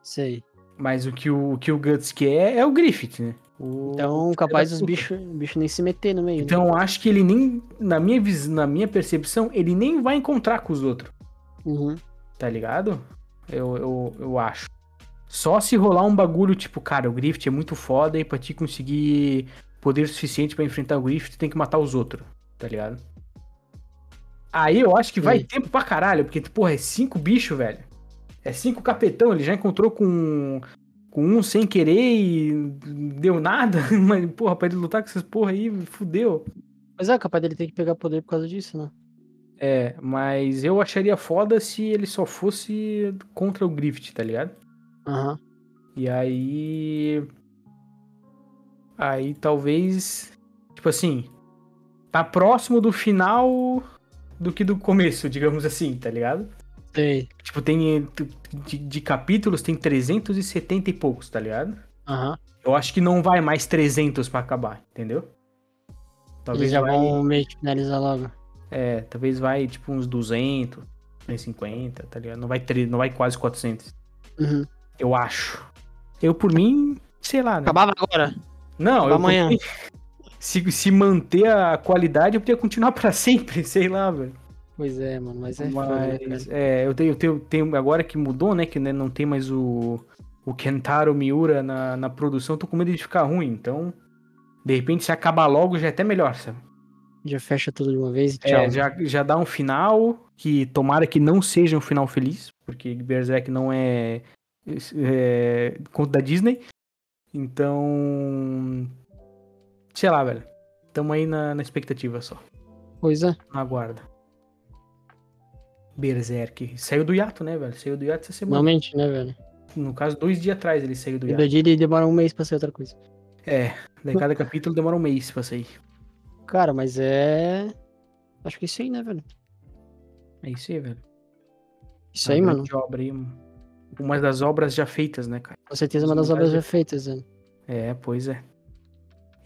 Sei.
Mas o que o, o que o Guts quer é o Griffith, né? O-
Então,
da
capaz os
puta.
bichos bicho nem se meter no meio. né?
Então acho que ele nem, na minha, vis- na minha percepção, ele nem vai encontrar com os outros,
Uhum.
tá ligado? Eu, eu, eu acho. Só se rolar um bagulho tipo, cara, o Griffith é muito foda e pra te conseguir poder suficiente pra enfrentar o Griffith, tu tem que matar os outros, tá ligado? Aí eu acho que vai tempo pra caralho, porque, porra, é cinco bichos, velho. É cinco capetão, ele já encontrou com, com um sem querer e deu nada. Mas, porra, pra ele lutar com essas porra aí, fudeu.
Mas é capaz dele ter que pegar poder por causa disso, né?
É, mas eu acharia foda se ele só fosse contra o Griffith, tá ligado?
Aham.
E aí. Aí talvez. Tipo assim. Tá próximo do final do que do começo, digamos assim, tá ligado?
Sei.
Tipo, tem. De, de capítulos tem 370 e poucos, tá ligado?
Aham.
Eu acho que não vai mais 300 pra acabar, entendeu?
Eles
Talvez
já
vai,
vão meio que finalizar logo.
É, talvez vai tipo uns 200, 250, tá ligado? Não vai, tre- não vai quase 400,
Uhum.
eu acho. Eu, por mim, sei lá, né?
Acabava agora.
Não, eu
Amanhã.
Se, se manter a qualidade, eu podia continuar pra sempre, sei lá, velho.
Pois é, mano. Mas é foda, cara.
Mas, é, eu tenho, eu tenho, tenho- agora que mudou, né, que né, não tem mais o, o Kentaro Miura na, na produção, eu tô com medo de ficar ruim, então, de repente, se acabar logo, já é até melhor, sabe?
Já fecha tudo de uma vez e tchau.
É, já, já dá um final, que tomara que não seja um final feliz, porque Berserk não é, é conto da Disney, então, sei lá, velho, tamo aí na- na expectativa só.
Pois é.
na guarda. Berserk. Saiu do hiato, né, velho? Saiu do hiato essa semana.
Normalmente, né, velho?
No caso, dois dias atrás ele saiu do hiato.
Cada dia ele demora um mês pra ser outra coisa.
É, daí cada capítulo demora um mês pra sair.
Cara, mas é. Acho que é isso aí, né, velho?
É isso aí, velho.
Isso aí,
Uma
mano.
grande obra aí, um- uma das obras já feitas, né, cara?
Com certeza é uma das obras já feitas, velho.
É, pois é.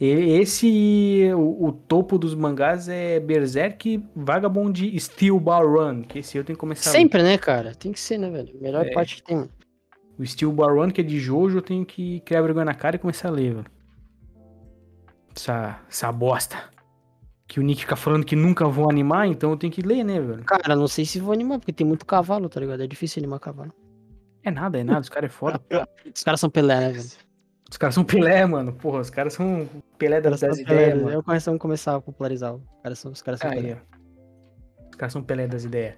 E- Esse, o, o topo dos mangás é Berserk, Vagabond e Steel Ball Run, que esse eu tenho que começar a ler.
Sempre, né, cara? Tem que ser, né, velho? Melhor
É.
parte que tem, mano.
O Steel Ball Run, que é de Jojo, eu tenho que criar vergonha na cara e começar a ler, velho. Essa, essa bosta. Que o Nick fica falando que nunca vão animar, então eu tenho que ler, né, velho?
Cara, não sei se vou animar, porque tem muito cavalo, tá ligado? É difícil animar cavalo.
É nada, é nada, os caras é foda.
Os caras são Pelé, né, velho?
Os caras são Pelé, mano. Porra, os caras são Pelé
Os
das,
caras são
das
Pelé, né?
ideias,
velho.
mano.
Eu começo a começar a popularizar. Os caras são, os caras são Pelé.
Aí, ó. Os caras são Pelé das ideias.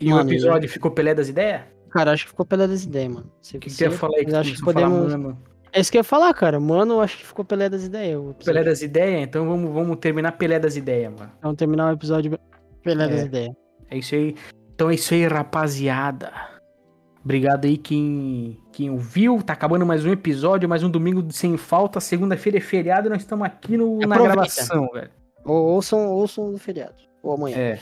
E
Mano,
o episódio ficou Pelé das ideias?
Cara, acho que ficou Pelé das ideias, mano.
O que, que você ia falar aí? Que
mas
você
acho que
começou a falar,
podemos-
mano?
É isso que eu ia falar, cara. Mano, eu acho que ficou Pelé das ideias. o episódio.
Pelé das ideias? Então vamos, vamos terminar Pelé das ideias, mano.
Então terminar o episódio Pelé
É.
das ideias.
É isso aí. Então é isso aí, rapaziada. Obrigado aí quem, quem ouviu. Tá acabando mais um episódio, mais um domingo sem falta. Segunda-feira é feriado e nós estamos aqui no, na
Aproveita.
gravação, velho.
Ou, ouçam, ouçam do feriado. Ou amanhã.
É.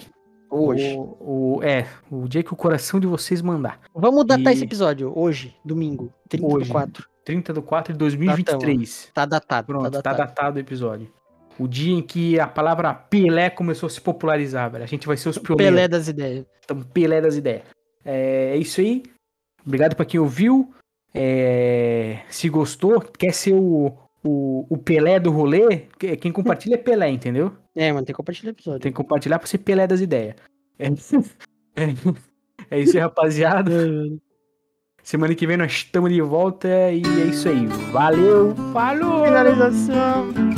Ou hoje.
O, o- é, o dia que o coração de vocês mandar.
Vamos datar
E-
esse episódio. Hoje, domingo, 34.
30 de 4 de 2023.
Tá datado.
Pronto,
tá
tá
datado.
datado o episódio. O dia em que a palavra Pelé começou a se popularizar, velho. A gente vai ser os pioneiros.
Pelé das ideias.
Então, Pelé das ideias. É, é isso aí. Obrigado pra quem ouviu. É, se gostou, quer ser o, o, o Pelé do rolê, que- quem compartilha é Pelé, entendeu?
É, mano, tem que compartilhar o episódio.
Tem que compartilhar pra ser Pelé das ideias. É, é- é isso aí, rapaziada. Semana que vem nós estamos de volta e é isso aí. Valeu, falou!
Finalização.